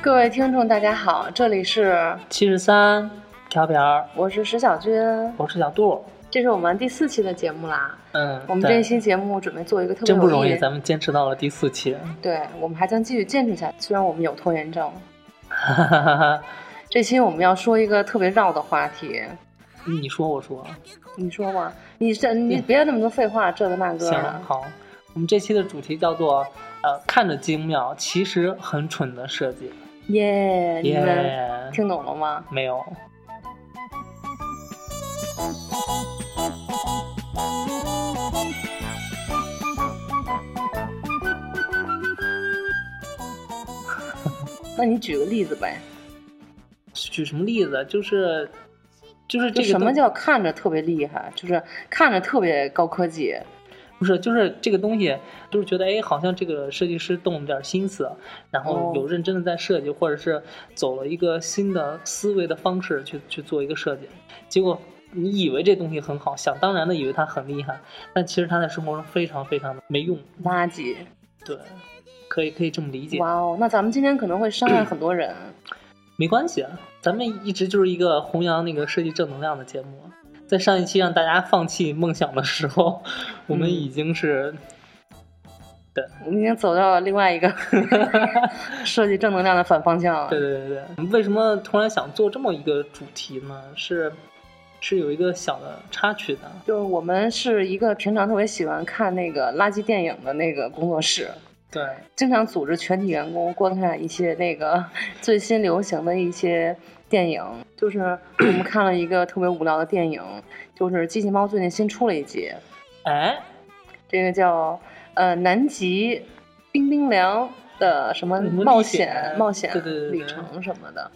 各位听众，大家好，这里是七十三调皮儿，我是石小军，我是小杜。这是我们第四期的节目啦。嗯，我们这对一期节目准备做一个特别真不容有易，意义咱们坚持到了第四期， 对，我们还将继续坚持下去，虽然我们有拖延症。哈哈哈哈！这期我们要说一个特别绕的话题，你说我说，你说吧，你这你别那么多废话，这个那个行的。好。我们这期的主题叫做呃，看着精妙，其实很蠢的设计。耶，哎你们耶，听懂了吗？没有。那你举个例子呗，举什么例子？就是就是这就个什么东叫看着特别厉害，就是看着特别高科技。不是，就是这个东西，就是觉得哎，好像这个设计师动了点心思，然哦后有认真的在设计，或者是走了一个新的思维的方式去去做一个设计，结果你以为这东西很好，想当然的以为它很厉害，但其实它在生活中非常非常的没用。垃圾，对，可以可以这么理解，哇哦！那咱们今天可能会伤害很多人，没关系，啊，咱们一直就是一个弘扬那个设计正能量的节目。啊在上一期让大家放弃梦想的时候，我嗯们已经是我们已经走到了另外一个 设计正能量的反方向了。对对对对，为什么突然想做这么一个主题呢？是是有一个小的插曲的。就是我们是一个平常特别喜欢看那个垃圾电影的那个工作室，对，经常组织全体员工观看一些那个 最新流行的一些电影。就是我们看了一个特别无聊的电影，就是《机器猫》最近新出了一集，哎，这个叫呃南极冰冰凉的什么什么冒历险险冒险对对对对旅程什么的。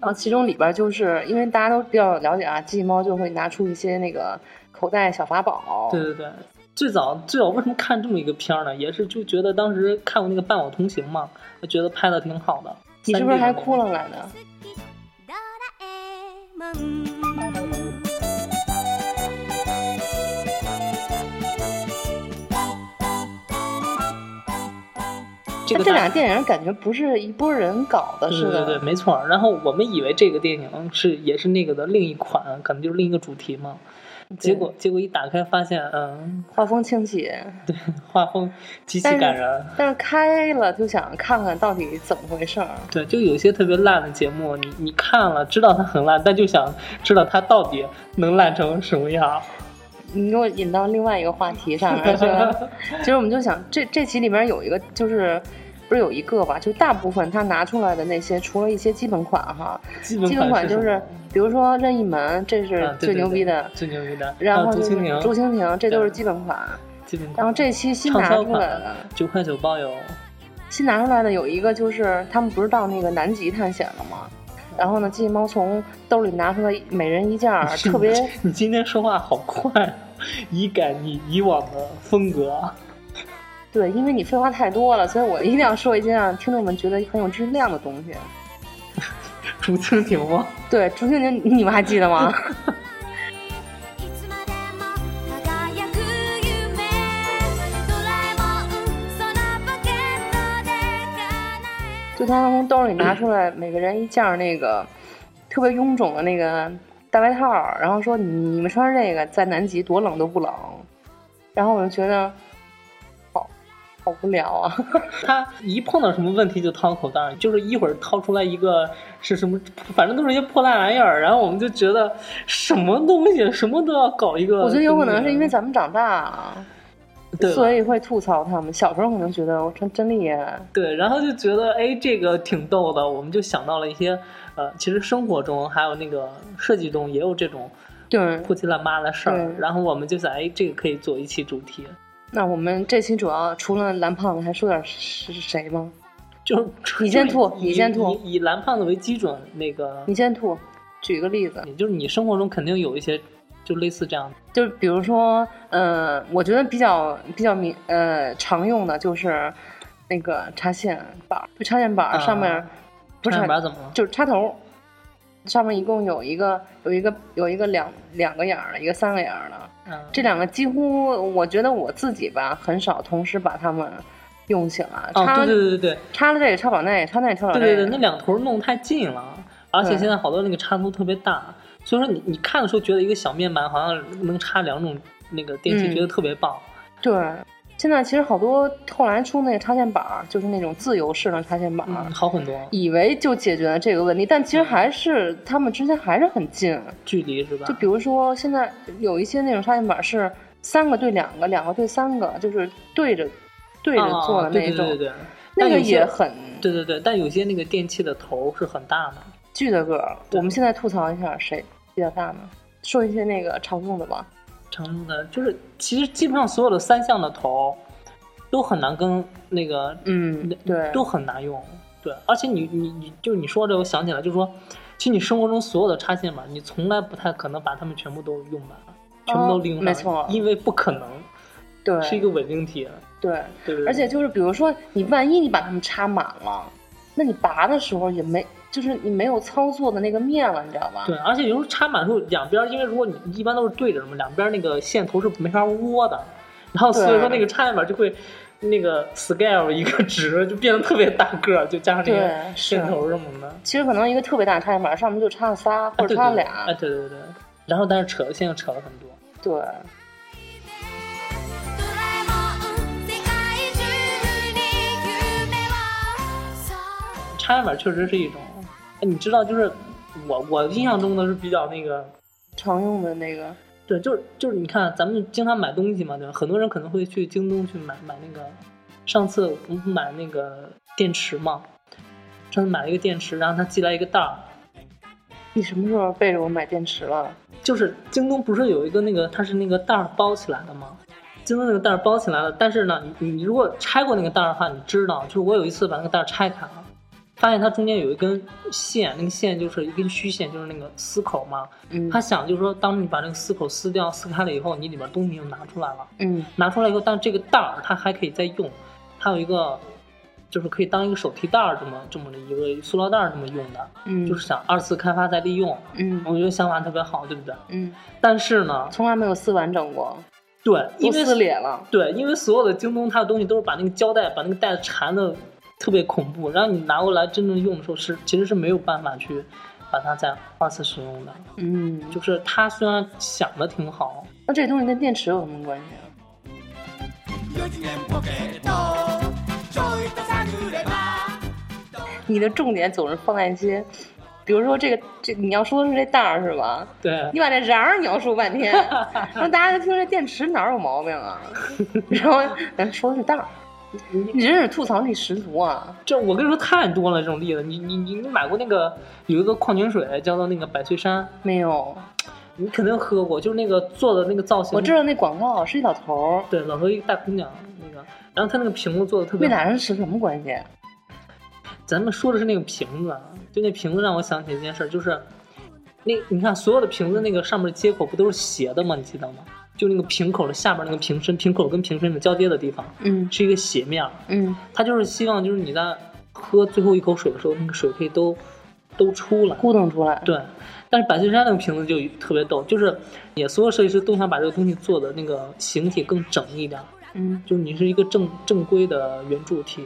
然后其中里边就是因为大家都比较了解啊，机器猫就会拿出一些那个口袋小法宝，对对对，最早最早为什么看这么一个片儿呢？也是就觉得当时看过那个《伴我同行》嘛，我觉得拍的挺好的。你是不是 3D 还的那哭个？了来着？ドラえもん」这但个这大俩电影感觉不是一拨人搞的对似对的，对对，没错儿。然后我们以为这个电影是也是那个的另一款，可能就是另一个主题嘛。对结果结果一打开发现，嗯，画风清奇。画风极其但是感人。但是开了就想看看到底怎么回事儿，对，就有些特别烂的节目，你你看了知道它很烂，但就想知道它到底能烂成什么样。你给我引到另外一个话题上来是吧？ 其实我们就想，这这集里面有一个，就是不是有一个吧？就大部分他拿出来的那些，除了一些基本款哈，基基本本款款就是什是么比如说任意门，这是啊对最对牛对逼的。最牛逼的，啊然后还就有竹是蜻蜓，竹蜻蜓，这都是对基本款。基本款，然后这期新畅拿销出来款的，九块九包邮，新拿出来的有一个就是他们不是到那个南极探险了吗？然后呢，机器猫从兜里拿出来每人一件儿，啊特 别你今天说话好快， 以改你以往的风格。 对，因为你废话太多了，所以我一定要说一件让听众们觉得很有质量的东西。竹蜻蜓吗？对，竹蜻蜓，你们还记得吗？ 「いつまでも輝く夢」「ドラえもんそのポケットで叶え」就他从兜里拿出来，每个人一件儿那个特别臃肿的那个大外套儿，然后说你你们穿这个在南极多冷都不冷。然后我就觉得好好无聊啊，他一碰到什么问题就掏口袋，就是一会儿掏出来一个是什么，反正都是一些破烂玩意儿，然后我们就觉得什么东西什么都要搞一个。我觉得有可能是因为咱们长大了，对吧所以会吐槽他们。小时候可能觉得我真真厉害，对，然后就觉得哎，这个挺逗的，我们就想到了一些呃，其实生活中还有那个设计中也有这种对。破七烂八的事对儿，然后我们就想哎，这个可以做一期主题，那我们这期主要除了蓝胖子，还说点是是谁吗？就是你先吐就是以你先吐以以蓝胖子为基准那个你，先吐，举个例子。也就是你生活中肯定有一些就类似这样的，就比如说，呃，我觉得比较比较明呃常用的就是那个插线板儿，就插线板儿啊上面不是看插，板怎么了？就是插头，上面一共有一个有一个有一个两两个眼儿的，一个三个眼儿的，嗯，这两个几乎我觉得我自己吧很少同时把它们用起来，哦，插对对对对插了这里插保那里，插那里插保对对里。对对，那两头弄太近了，而且对现在好多那个插头特别大，所以说你你看的时候觉得一个小面板好像能插两种那个电器，嗯觉得特别棒。对现在其实好多后来出那个插线板儿，就是那种自由式的插线板儿，嗯，好很多，以为就解决了这个问题，但其实还是他们之间还是很近。距离是吧？就比如说现在有一些那种插线板是三个对两个，两个对三个，就是对着对着啊做的那对一种，对对对对那但有个些也很对对对，但有些那个电器的头是很大的，巨的个儿。对我们现在吐槽一下谁比较大呢？说一些那个常用的吧。常用的就是其实基本上所有的三项的头都很难跟那个嗯那，对，都很难用。对，而且你你你就是你说这，我想起来，就是说，其实你生活中所有的插线板，你从来不太可能把它们全部都用满，全部都利用哦满，没错因为不可能，对是一个伪命题。对，对对对而且就是比如说你万一你把它们插满了，那你拔的时候也没就是你没有操作的那个面了，你知道吧？对，而且有时候插满的时候，两边儿，因为如果你一般都是对着什么，两边儿那个线头是没法窝的，然后所以对说那个插线板就会那个 scale 一个值就变得特别大个儿，就加上那对个是线头什么的，啊其实可能一个特别大的插线板上面就插了仨或对者对插了对俩，啊对对对，然后但是扯现在扯了很多，对「ドラえもん世界中に夢を」「插线板确实是一种，哎你知道就是我我印象中的是比较那个。常用的那个，对，就是就是，你看，咱们经常买东西嘛，对吧？很多人可能会去京东去买买那个，上次我们买那个电池嘛，上次买了一个电池，然后他寄来一个袋儿，你什么时候背着我买电池了？就是京东不是有一个那个，它是那个袋儿包起来的吗？京东那个袋儿包起来了，但是呢，你你如果拆过那个袋儿的话，你知道，就是我有一次把那个袋儿拆开了，发现它中间有一根线，那个线就是一根虚线，就是那个撕口嘛。嗯，他想就是说，当你把那个撕口撕掉、撕开了以后，你里边东西就拿出来了。嗯拿出来以后，但这个袋儿它还可以再用，它有一个就是可以当一个手提袋儿这么这么的一个塑料袋儿这么用的，嗯，就是想二次开发再利用。嗯我觉得想法特别好，对不对？嗯，但是呢，从来没有撕完整过，对，因都为撕裂了。对，因为所有的京东它的东西都是把那个胶带把那个带子缠的特别恐怖，然后你拿过来真正用的时候是其实是没有办法去把它再二次使用的。嗯，就是它虽然想的挺好，那这东西跟电池有什么关系啊？幼稚園ポケットちょいと探れば」你的重点总是放在一些，比如说这个这你要说的是这袋儿是吧？对你把这瓤儿描述半 天，然后大家就听这电池哪儿有毛病啊？然后咱说的是袋儿，你真是吐槽力十足啊！这我跟你说太多了这种例子，你你你你买过那个有一个矿泉水叫做那个百岁山，没有，你肯定喝过，就是那个做的那个造型，我知道那广告是一老头儿，对，老头一个大姑娘那个，然后他那个屏幕做的特那别好，俩人是什么关系？啊咱们说的是那个瓶子，啊，就那瓶子让我想起一件事儿，就是那你看所有的瓶子那个上面的接口不都是斜的吗？你记得吗？就那个瓶口的下边那个瓶身，瓶口跟瓶身的交接的地方嗯是一个斜面儿，嗯它就是希望就是你在喝最后一口水的时候，那个水可以都都出来，咕咚出来，对，但是百岁山那个瓶子就特别逗，就是也所有设计师都想把这个东西做的那个形体更整一点儿，嗯就是你是一个正正规的圆柱体，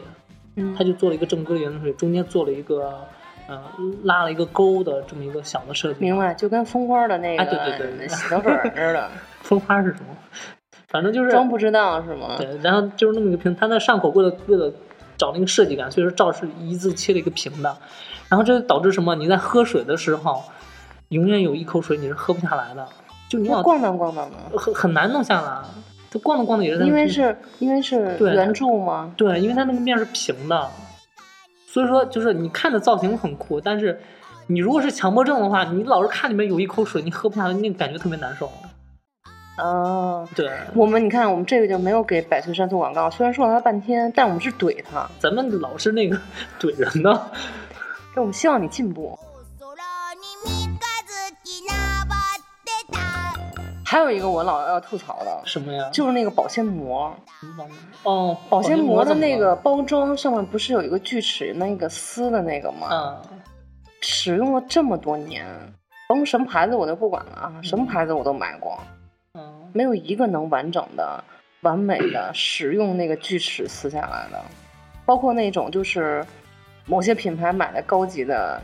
嗯，他就做了一个正规的圆柱体，中间做了一个呃拉了一个沟的这么一个小的设计明。白，就跟蜂花的那哎对对个对洗头水儿似的，蜂花是什么？反正 就是装不知道是吗？对，然后就是那么一个瓶，它那上口为了为了找那个设计感，所以说照是一字切了一个平的，然后这就导致什么？你在喝水的时候，永远有一口水你是喝不下来的，就你那老逛荡逛荡呢，很很难弄下来。它逛着逛着也是在因为那是因为是对原著吗？对，因为它那个面是平的，所以说就是你看着造型很酷，但是你如果是强迫症的话，你老是看里面有一口水，你喝不下来，那个感觉特别难受。啊。对，我们你看，我们这个就没有给百岁山做广告，虽然说了他半天，但我们是怼他，咱们老是那个怼人的，就我们希望你进步。空に三日月なばってた还有一个我老要吐槽的，什么呀？就是那个保鲜膜，哦，保鲜膜的怎么那个了，包装上面不是有一个锯齿那个撕的那个吗？嗯，使用了这么多年，甭什么牌子我就不管了啊，什么牌子我都买过，嗯没有一个能完整的。完美 的使用那个锯齿撕下来的，包括那种就是某些品牌买的高级的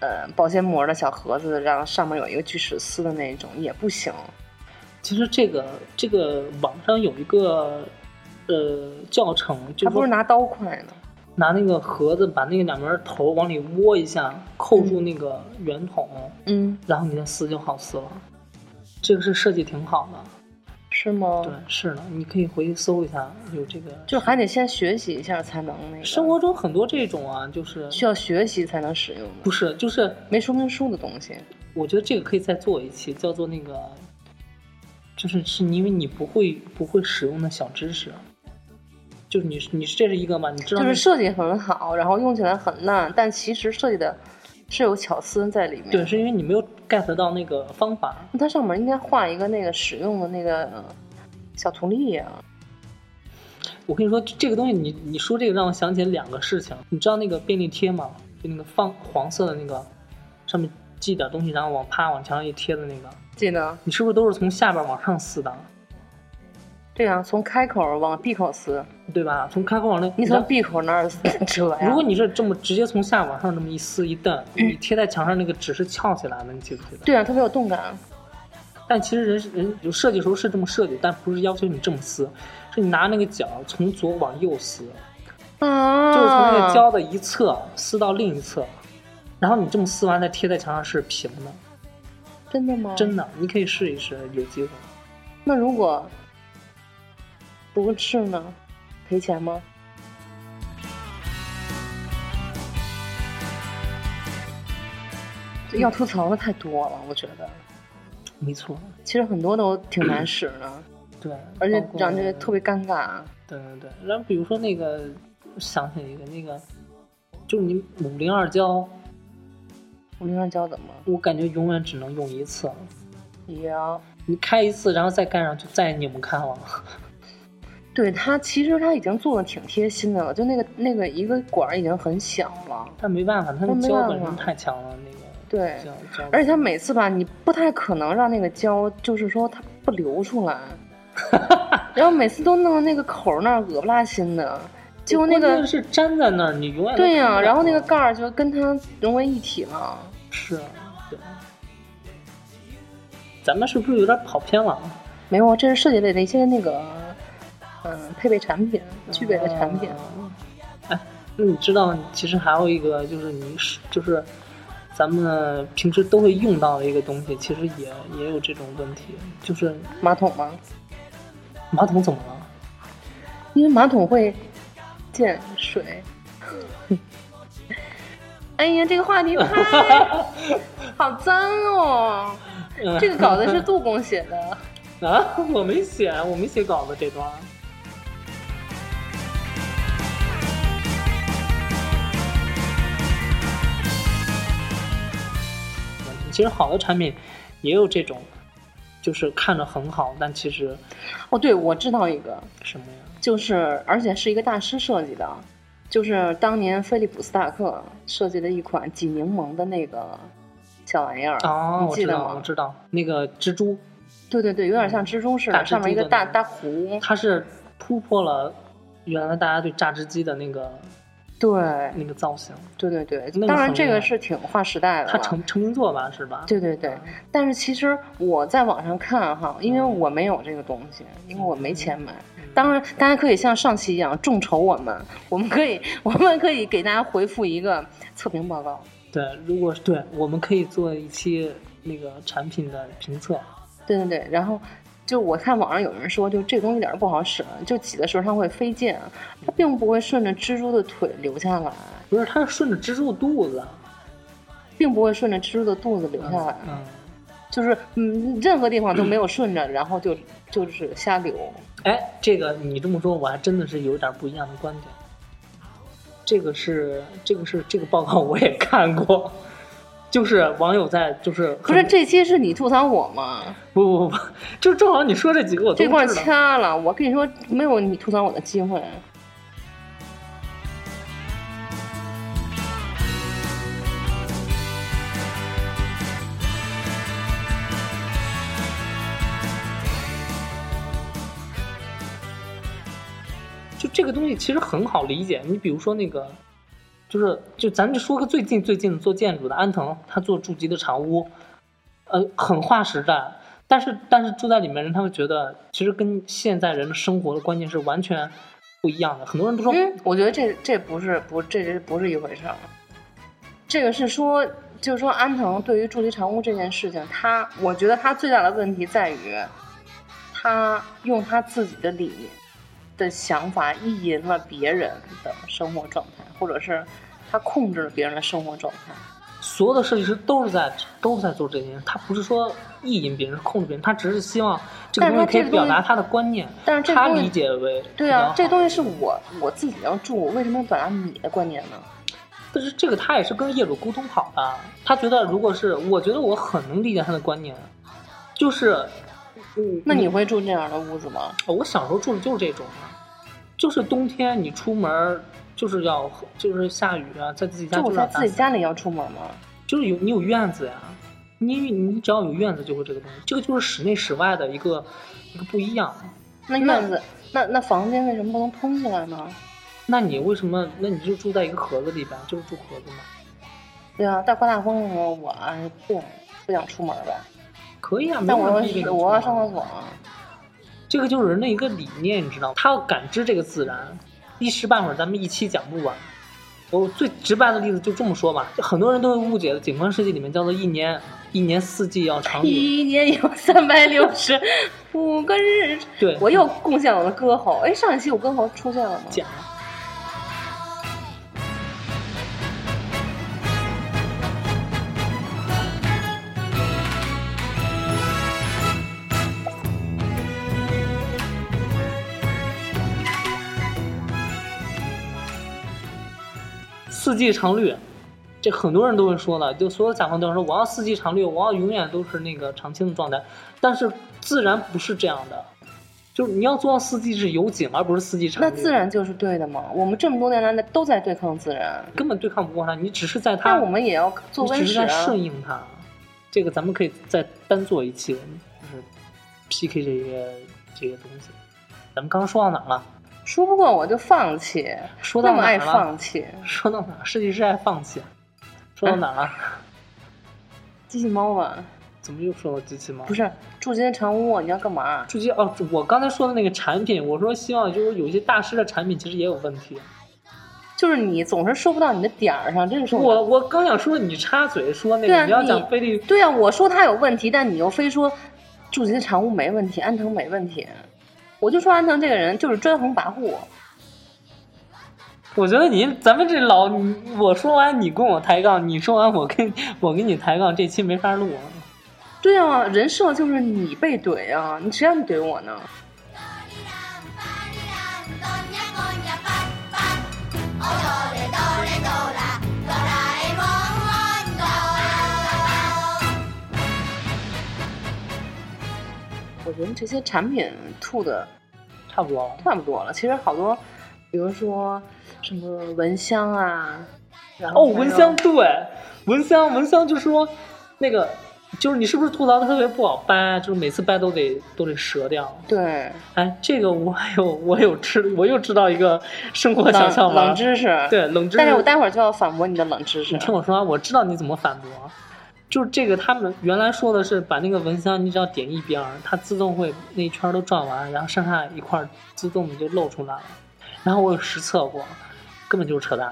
呃保鲜膜的小盒子，然后上面有一个锯齿撕的那种也不行。其实这个这个网上有一个呃教程，就他不说是拿刀块的，拿那个盒子把那个两边头往里窝一下，扣住那个圆筒，嗯，然后你再撕就好撕了。这个是设计挺好的，是吗？对，是的，你可以回去搜一下，有这个。就还得先学习一下才能那个，生活中很多这种啊，就是需要学习才能使用的，不是就是没说明书的东西。我觉得这个可以再做一期，叫做那个，就是是因为你不会不会使用的小知识，就是你你这是一个嘛，你知道就那是设计很好，然后用起来很烂，但其实设计的是有巧思在里面。对，是因为你没有 get 到那个方法，它上面应该画一个那个使用的那个呃小图例啊。我跟你说，这个东西你你说这个让我想起两个事情。你知道那个便利贴吗？就那个放黄色的那个，上面系点东西，然后往啪往墙上一贴的那个，记得你是不是都是从下边往上撕的，对啊，从开口往闭口撕，对吧？从开口往那，你从从闭口那儿 撕扯呀。如果你是这么直接从下往上这么一撕一蹬，你贴在墙上那个纸是翘起来的，你记不记得？对啊，特别有动感。但其实人是人有设计时候是这么设计，但不是要求你这么撕，是你拿那个角从左往右撕。啊，就是从那个胶的一侧撕到另一侧，然后你这么撕完再贴在墙上是平的，真的吗？真的，你可以试一试，有机会。那如果不是呢？赔钱吗？要吐槽的太多了，我觉得没错，其实很多都挺难使的，对，而且包括让这个特别尴尬。对对对。然后比如说那个，想起一个那个，就是你五零二胶，五零二胶怎么我感觉永远只能用一次，也要？你开一次，然后再盖上就再也拧不开了。对它，其实它已经做的挺贴心的了，就那个那个一个管儿已经很小了，但没办法，它那那没胶办本身法太强了，那个对胶胶。而且它每次吧，你不太可能让那个胶，就是说它不流出 来，然后每次都弄那个口儿那儿恶不拉心的，结果那关个键是粘在那儿，你永远都对呀、开不了然后那个盖儿就跟它融为一体了。是，啊对。咱们是不是有点跑偏了？啊没有，啊这是设计类的一些那个，嗯、配备产品具备的产品。哎，那你知道，其实还有一个就是你是就是咱们平时都会用到的一个东西，其实也也有这种问题，就是马桶吗？马桶怎么了？因为马桶会溅 水。哎呀，这个话题 太好脏哦！嗯这个稿子是杜工写的。啊， 我没写，我没写稿子这段。嗯其实好的产品也有这种，就是看着很好，但其实哦，对，我知道一个，什么呀？就是而且是一个大师设计的，就是当年菲利普斯塔克设计的一款挤柠檬的那个小玩意儿，哦，你我记知得道，我吗？知道，那个蜘蛛，对对对，有点像蜘蛛似大的，蜘上面一个蛛的大那个大壶，它是突破了原来大家对榨汁机的那个对那个造型，对对对嗯那，个当然很这厉害个是挺划时代的它了。成成名作吧，是吧？对对对，但是其实我在网上看哈，因为嗯我没有这个东西，因为我没钱买。嗯当然，大家可以像上期一样众筹我们，我们可以，我们可以给大家回复一个测评报告。对，如果对，我们可以做一期那个产品的评测。对对对，然后就我看网上有人说，就这东西一点儿都不好使，就挤的时候它会飞溅，它并不会顺着蜘蛛的腿流下来，不是，它是顺着蜘蛛肚子并不会顺着蜘蛛的肚子流嗯下来，嗯，就是嗯，任何地方都没有顺着，然后就就是瞎流。哎，这个你这么说，我还真的是有点不一样的观点。这个是这个是这个报告我也看过，就是网友在就是不是很这期是你吐槽我吗？不不不，就正好你说这几个我都这块知道。掐了，我跟你说，没有你吐槽我的机会。就这个东西其实很好理解。你比如说那个，就是就咱就说个最近最近做建筑的安藤，他做筑基的长屋，呃，很划时代。但是但是住在里面人，他会觉得其实跟现在人的生活的观念是完全不一样的。很多人都说，嗯，我觉得这这不是不这这不是一回事儿。啊这个是说，就是说安藤对于筑基长屋这件事情，他我觉得他最大的问题在于，他用他自己的理念的想法意淫了别人的生活状态，或者是他控制了别人的生活状态。所有的设计师都是在都是在做这件事，他不是说意淫别人、控制别人，他只是希望这个但是东他西可这以个东表西达他的观念，但是这个他东西理解为对比较啊好，这东西是我我自己要住，为什么要表达你的观点呢？但是这个他也是跟业主沟通好的，他觉得如果是，我觉得我很能理解他的观念，就是，嗯那你会住这样的屋子吗？我小时候住的就是这种的，就是冬天你出门儿就是要就是下雨啊，在自己家就我就在要自己打家里要出门吗？就是有你有院子呀，你你只要有院子就会这个东西，这个就是室内室外的一个一个不一样。那院子，那那房间为什么不能通起来呢？那你为什么？那你就住在一个盒子里边，就是住盒子嘛，对啊，大刮大风的时候，我啊不想不想出门呗。可以啊。没但我有人要逼着你是出我要门上厕所啊，这个就是人的一个理念，你知道吗？他要感知这个自然，一时半会儿咱们一期讲不完。我最直白的例子就这么说吧，就很多人都会误解的，景观设计里面叫做一年一年四季要常 雨，一年有三百六十五个日。对，我又贡献我的歌喉，哎，上一期我歌喉出现了吗？讲。四季常绿，这很多人都会说的，就所有甲方都说我要四季常绿，我要永远都是那个常青的状态，但是自然不是这样的，就是你要做到四季是有景，而不是四季常绿。那自然就是对的嘛。我们这么多年来呢都在对抗自然，根本对抗不过它，你只是在它，但我们也要做你温只是室在啊。顺应它。这个咱们可以再单做一期，就是 PK 这些这些东西。咱们刚刚说到哪儿了？说不过我就放弃，说那到么哪爱儿了？放弃，说到哪儿？设计师爱放弃。啊说到哪儿了？ 机器猫嘛，怎么又说到机器猫？不是住进长屋，你要干嘛？朱机哦，我刚才说的那个产品，我说希望就是有一些大师的产品其实也有问题。就是你总是说不到你的点儿上，这个是的我我刚想说你插嘴说那对个、啊你要你讲菲利对啊，我说他有问题，但你又非说住进长屋没问题，安藤没问题。我就说安藤这个人就是专横跋扈，我觉得您咱们这老，你我说完你跟我抬杠，你说完我跟我跟你抬杠，这期没法录。对啊，人设就是你被怼啊，你谁让你怼我呢？我觉得这些产品吐的差不多了，差不多了。其实好多，比如说什么蚊香啊，然哦，后还有蚊香对，蚊香蚊香就说那个就是你是不是吐槽的特别不好掰，啊就是每次掰都得都得折掉。对哎，这个我有我有知我又知道一个生活小窍冷门，冷知识，对冷知识。但是我待会儿就要反驳你的冷知识你。听我说啊，我知道你怎么反驳。就是这个，他们原来说的是把那个蚊香，你只要点一边儿，它自动会那一圈儿都转完，然后剩下一块儿自动的就露出来了。然后我有实测过，根本就是扯淡，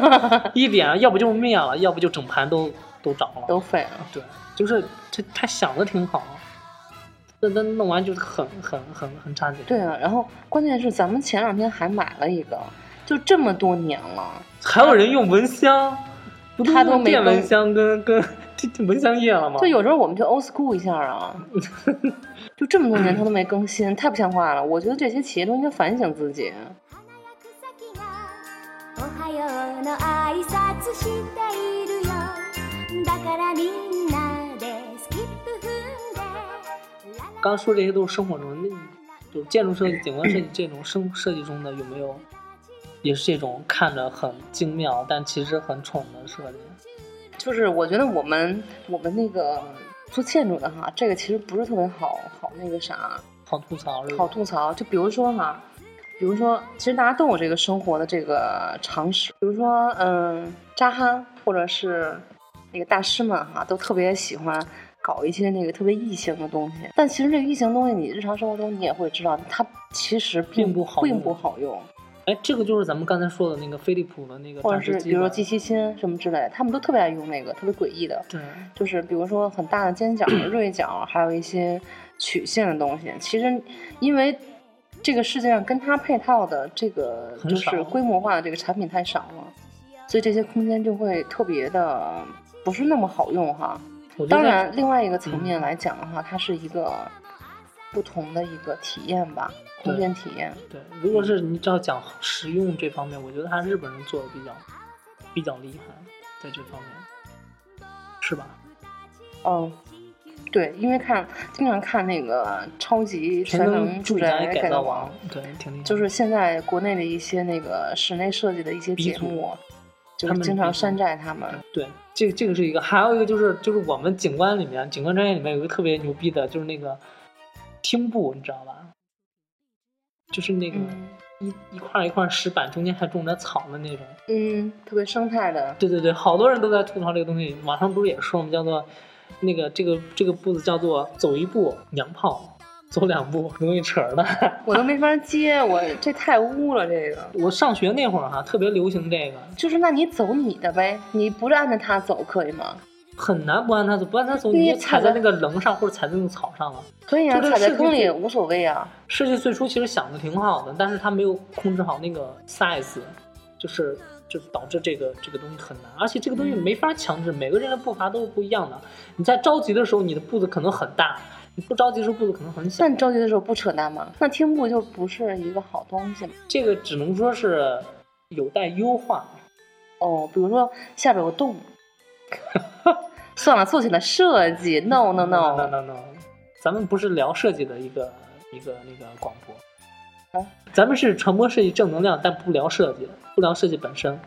一点要不就灭了，要不就整盘都都着了。都废了，对，就是这他想的挺好，但但弄完就是很很很很差劲。对啊。然后关键是咱们前两天还买了一个，就这么多年了，还有人用蚊香，不他都用没电更蚊香跟跟 蚊香液了吗？就有时候我们就 old school 一下啊，就这么多年他都没更新，太不像话了。我觉得这些企业都应该反省自己。おはようの挨拶しているよだからみんなでスキップ踏んで刚刚说这些都是生活中，那你就是建筑设计、景观 设计这种生设计中的有没有，也是这种看着很精妙，但其实很蠢的设计？就是我觉得我们我们那个做建筑的哈，这个其实不是特别好好那个啥好吐槽是吧？好吐槽。就比如说哈，比如说，其实大家都有这个生活的这个常识，比如说，嗯，扎哈或者是那个大师们哈、都特别喜欢搞一些那个特别异形的东西。但其实这个异形东西，你日常生活中你也会知道，它其实并并不好并用不好用，哎，这个就是咱们刚才说的那个飞利浦的那个或者榨是汁比机如说吧，机器心什么之类的，他们都特别爱用那个，特别诡异的。对，就是比如说很大的尖角、 锐角，还有一些曲线的东西。其实因为这个世界上跟它配套的这个很就少是规模化的这个产品太少了，所以这些空间就会特别的不是那么好用哈。我觉得嗯当然，另外一个层面来讲的话，它是一个不同的一个体验吧，空对间体验。对，如果是你只要讲实用这方面，我觉得他日本人做的比较比较厉害，在这方面，是吧？嗯，对，因为看经常看那个超级全能住住宅宅改造王王。，对，挺厉害的。就是现在国内的一些那个室内设计的一些鼻节祖目，就他是们经鼻常祖山寨他们。对，这个这个是一个，还有一个就是就是我们景观里面，景观专业里面有一个特别牛逼的，就是那个厅布，你知道吧？就是那个嗯一、一块儿一块儿石板，中间还种点草的那种。嗯，特别生态的，对对对，好多人都在吐槽这个东西。网上不是也说我们叫做那个这个这个步子叫做走一步娘炮，走两步容易扯的。我都没法接，我啊这太污了，这个。我上学那会儿哈、特别流行这个，就是那你走你的呗，你不是按着他走可以吗？很难不按它走，不按它走你你也就踩踩在在那个棱上或者踩在那个草上了。可以啊，就这踩在设计坑里最无所谓啊。设计最初其实想的挺好的，但是他没有控制好那个 size，就是就导致这个这个东西很难，而且这个东嗯西没法强制，每个人的步伐都是不一样的。你在着急的时候，你的步子可能很大；你不着急的时候，步子可能很小但。你着急的时候不扯淡吗？那听布就不是一个好东西嘛。这个只能说是有待优化。哦，比如说下边有 洞，算了，做起来设计，no no no no，no no no，咱们不是聊设计的一个一个那个广播。咱们是传播设计正能量，但不聊设计，不聊设计本身。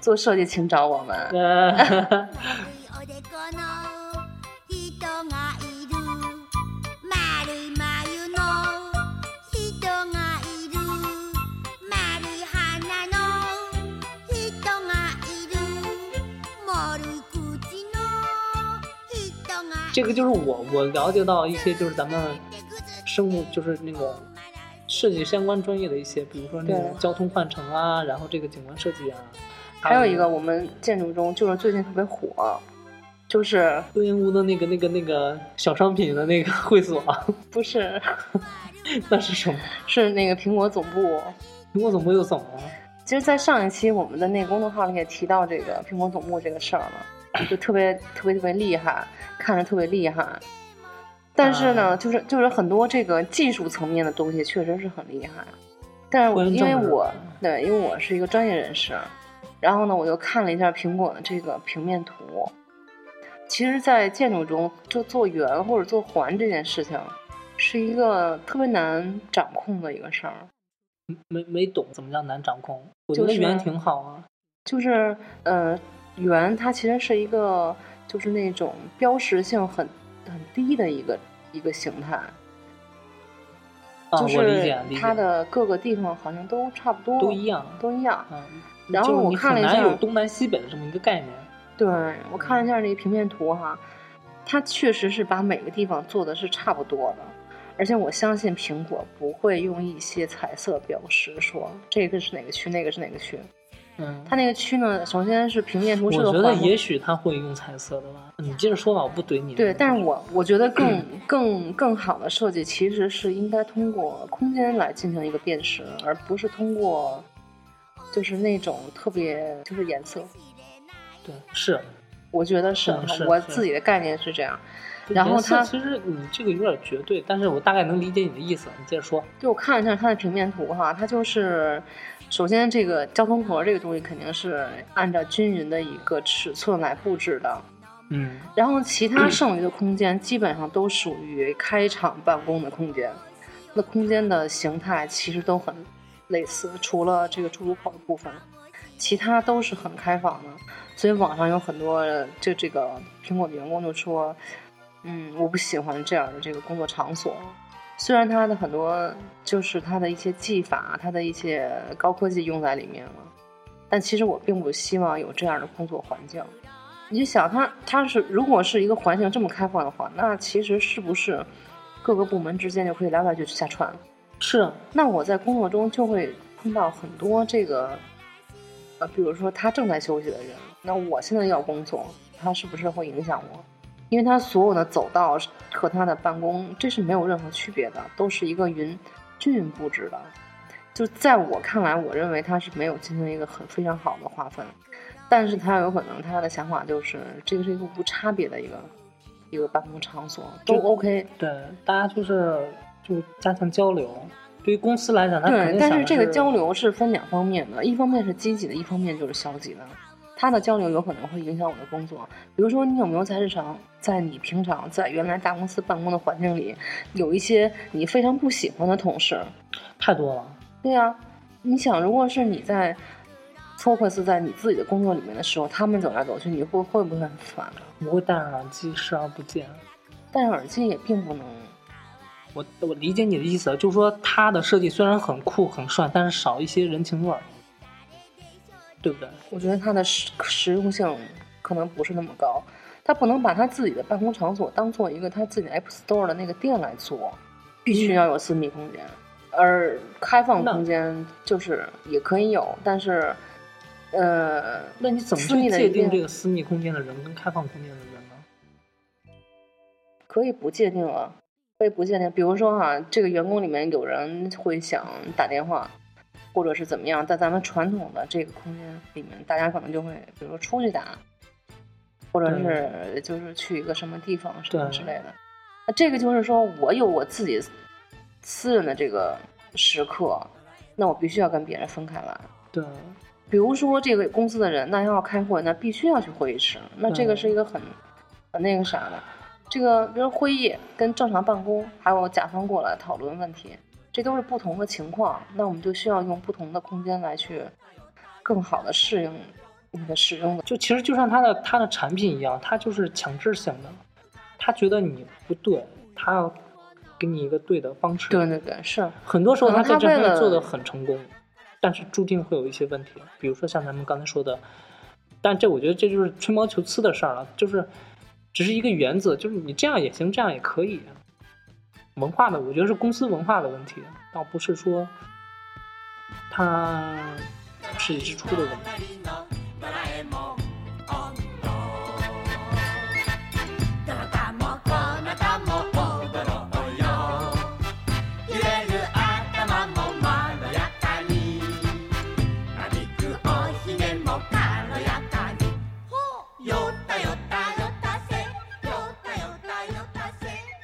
做设计请找我们。 呃，おでこの人がいる丸い眉の人がいる丸い鼻の人がいる丸口の人がい这る个就是我我了解到一些就是咱们生物就是那个设计相关专业的一些，比如说那个对交通换乘啊，然后这个景观设计啊，嗯还有一个我们建筑中就是最近特别火，就是蹲烟屋的那个那个那个小商品的那个会所，啊不是 那是什么？是那个苹果总部。我怎么又怎么了？其实，在上一期我们的那个公众号里也提到这个苹果总部这个事儿了，就特别特别特别厉害，看着特别厉害。但是呢，啊就是就是很多这个技术层面的东西确实是很厉害，但是我关于因为政治我对，因为我是一个专业人士，啊然后呢，我就看了一下苹果的这个平面图。其实，在建筑中，就做圆或者做环这件事情，是一个特别难掌控的一个事儿。没没懂怎么叫难掌控？我就觉得是圆挺好啊，就是呃，圆它其实是一个就是那种标识性很很低的一个一个形态，啊，就我理是解理它解，的各个地方好像都差不多，都一样。都一样。嗯，然后就是我你看了很一难下有东南西北的这么一个概念。对我看了一下那个平面图哈，它确实是把每个地方做的是差不多的。而且我相信苹果不会用一些彩色标识说这个是哪个区，那个是哪个区。嗯，它那个区呢，首先是平面图我是个觉得环也许他会用彩色的吧。你接着说吧，我不怼你。对，但是我我觉得更嗯更更好的设计其实是应该通过空间来进行一个辨识，而不是通过就是那种特别就是颜色。对是，啊我觉得是嗯是我是自己的概念是这样。然后颜色它其实你这个有点绝对，但是我大概能理解你的意思。你接着说，就我看了一下它的平面图哈，它就是首先这个交通盒这个东西肯定是按照均匀的一个尺寸来布置的，嗯，然后其他剩余的空间基本上都属于开场办公的空间，那空间的形态其实都很类似，除了这个出入口的部分，其他都是很开放的。所以网上有很多就这个苹果的员工就说，嗯，我不喜欢这样的这个工作场所，虽然它的很多就是它的一些技法，它的一些高科技用在里面了，但其实我并不希望有这样的工作环境。你就想它，它是如果是一个环境这么开放的话，那其实是不是各个部门之间就可以来来去去瞎串了？是啊，那我在工作中就会碰到很多这个，呃，比如说他正在休息的人，那我现在要工作，他是不是会影响我？因为他所有的走道和他的办公，这是没有任何区别的，都是一个匀均匀布置的。就在我看来，我认为他是没有进行一个很非常好的划分，但是他有可能他的想法就是这个是一个无差别的一个一个办公场所，都就 OK。对，大家就是就加强交流。对于公司来讲，他肯对，定但想是的这个交流是分两方面的，一方面是积极的，一方面就是消极的。他的交流有可能会影响我的工作，比如说你有没有在日常，在你平常在原来大公司办公的环境里，有一些你非常不喜欢的同事？太多了。对呀、你想，如果是你在 focus 在你自己的工作里面的时候，他们走来走去，你会会不会很烦？我会戴上耳机视而不见。戴上耳机也并不能，我我理解你的意思，就是说它的设计虽然很酷很帅，但是少一些人情味儿，对不对？我觉得它的实实用性可能不是那么高，他不能把他自己的办公场所当做一个他自己的 App Store 的那个店来做，必须要有私密空间，而开放那空间就是也可以有，但是，呃，那你怎么私密去的界一定定这个私密空间的人跟开放空间的人呢？可以不界定啊，可以不界定。比如说哈、这个员工里面有人会想打电话，或者是怎么样，在咱们传统的这个空间里面，大家可能就会，比如说出去打，或者是就是去一个什么地方什么对之类的。那这个就是说我有我自己私人的这个时刻，那我必须要跟别人分开来。对，比如说这个公司的人，那要开会，那必须要去会议室，那这个嗯是一个很很那个啥的。这个比如会议跟正常办公，还有甲方过来讨论问题，这都是不同的情况，那我们就需要用不同的空间来去更好的适应你的使用的。就其实就像它的它的产品一样，它就是强制性的，他觉得你不对，他要给你一个对的方式。对，对对，是很多时候可能他他在这为方面了做的很成功，但是注定会有一些问题，比如说像咱们刚才说的，但这我觉得这就是吹毛求疵的事儿了，就是只是一个原则，就是你这样也行，这样也可以。文化的，我觉得是公司文化的问题，倒不是说他设计之初的问题。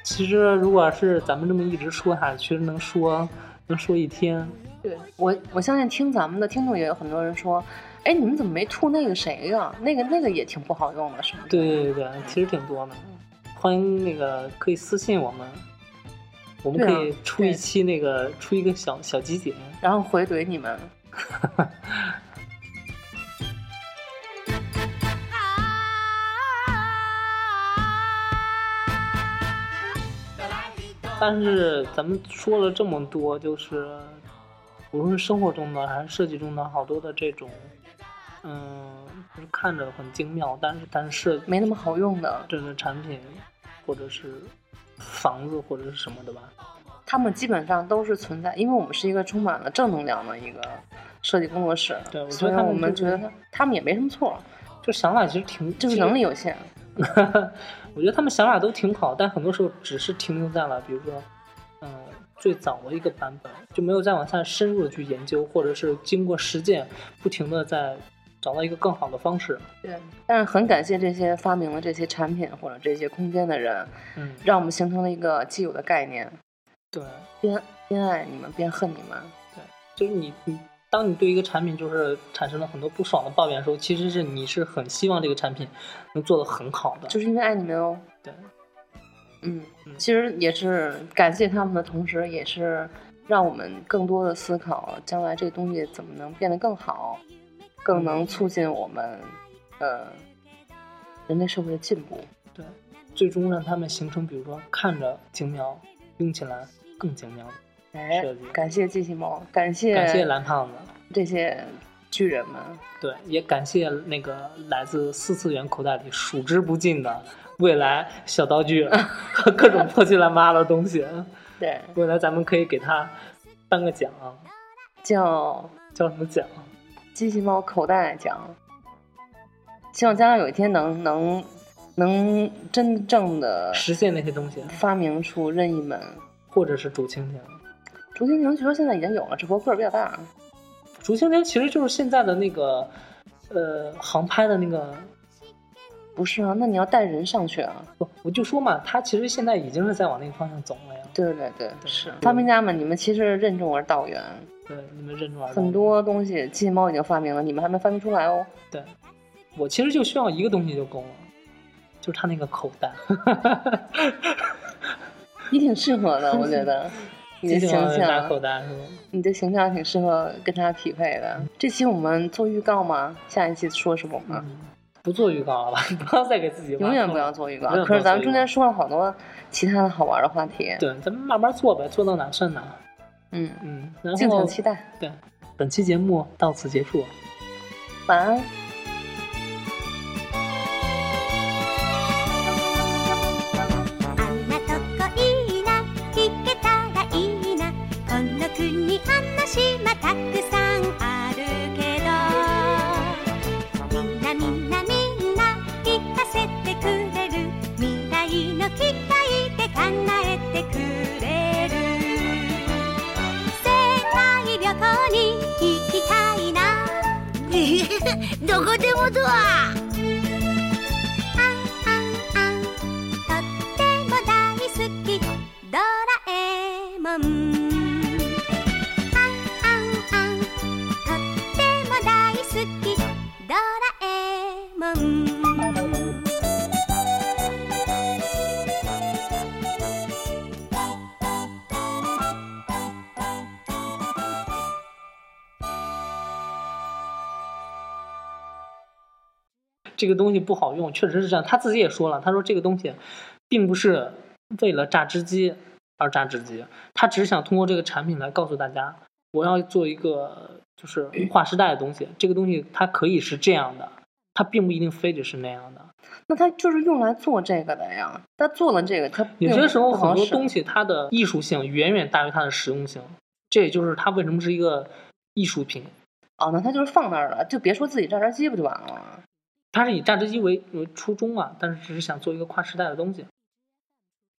其实如果是咱们这么一直说下去，能说能说一天。对我我相信听咱们的听众也有很多人说，哎，你们怎么没吐那个谁呀、那个那个也挺不好用的，是吗？对对对对，其实挺多的。欢迎那个可以私信我们，我们对啊可以出一对期那个出一个小小集锦。然后回怼你们。但是咱们说了这么多，就是无论是生活中的还是设计中的，好多的这种，嗯，就是看着很精妙，但是但是设计没那么好用的，这个产品或者是房子或者是什么的吧，他们基本上都是存在，因为我们是一个充满了正能量的一个设计工作室，对我觉得所以他们我们就觉是得他他们也没什么错，就想法其实挺就是其实能力有限。 我觉得他们想法都挺好，但很多时候只是停留在了，比如说，嗯、最早的一个版本，就没有再往下深入的去研究，或者是经过实践，不停的在找到一个更好的方式。对，但是很感谢这些发明了这些产品或者这些空间的人，嗯，让我们形成了一个既有的概念，对，边边爱你们边恨你们。就是你你，当你对一个产品就是产生了很多不爽的抱怨的时候，其实是你是很希望这个产品能做得很好的。就是因为爱你们哦。对，嗯嗯，其实也是感谢他们的同时，也是让我们更多的思考将来这东西怎么能变得更好，更嗯能促进我们呃人类社会的进步。对，最终让他们形成，比如说看着精妙，用起来更精妙的。哎设计，感谢机器猫，感谢感谢蓝胖子，这些巨人们，对，也感谢那个来自四次元口袋里数之不尽的未来小 道具和各种破七烂八的东西。啊对，未来咱们可以给他颁个奖，啊叫叫什么奖？啊机器猫口袋奖。希望将来有一天能能能真正的实现那些东西，发明出任意门。或者是竹蜻蜓。竹蜻蜓据说现在已经有了，只不过个儿比较大。啊竹蜻蜓其实就是现在的那个呃航拍的那个不是啊，那你要带人上去啊？不，我就说嘛，它其实现在已经是在往那个方向走了呀。对对对，对是发明家们，你们其实任重而道远，对，你们认出来了。很多东西机器猫已经发明了，你们还没发明出来哦。对，我其实就需要一个东西就够了，就是它那个口袋。 你挺适合的，我觉 得。你的经形常有人拿象啊口，袋是吗？你的形象挺适合跟它匹配的。这期我们做预告吗？下一期说什么吗？嗯，不做预告了吧， 不要再给自己挖啊永远坑不要了。做预告嗯永。远不可要是咱们做预中告间说了好多其他的好玩的话题，对，咱们慢慢做呗，做到哪算哪。嗯，嗯，然敬后请期待。对，本期节目到此结束。晚安。 「あんなとこいいな聞けたらいいな」「この国あの島たくさんあるけど」「みんなみんなみんな聞かせてくれる」「未来の機会で考えてくれる」「世界旅行に行きたいな」「 どこでもドア」「とっても大好きドラえもん」「あんあんあん」「とっても大好きドラえもん」这个东西不好用，确实是这样。他自己也说了，他说这个东西并不是为了榨汁机而榨汁机，他只是想通过这个产品来告诉大家，我要做一个就是划时代的东西。这个东西它可以是这样的，它并不一定非得是那样的。那它就是用来做这个的呀。它做了这个，它有些时候很多西。东西它的艺术性远远大于它的实用性，这也就是它为什么是一个艺术品。哦，那它就是放那儿了，就别说自己榨汁机不就完了吗？呃啊它是以榨汁机为为初衷嘛，但是只是想做一个跨时代的东西。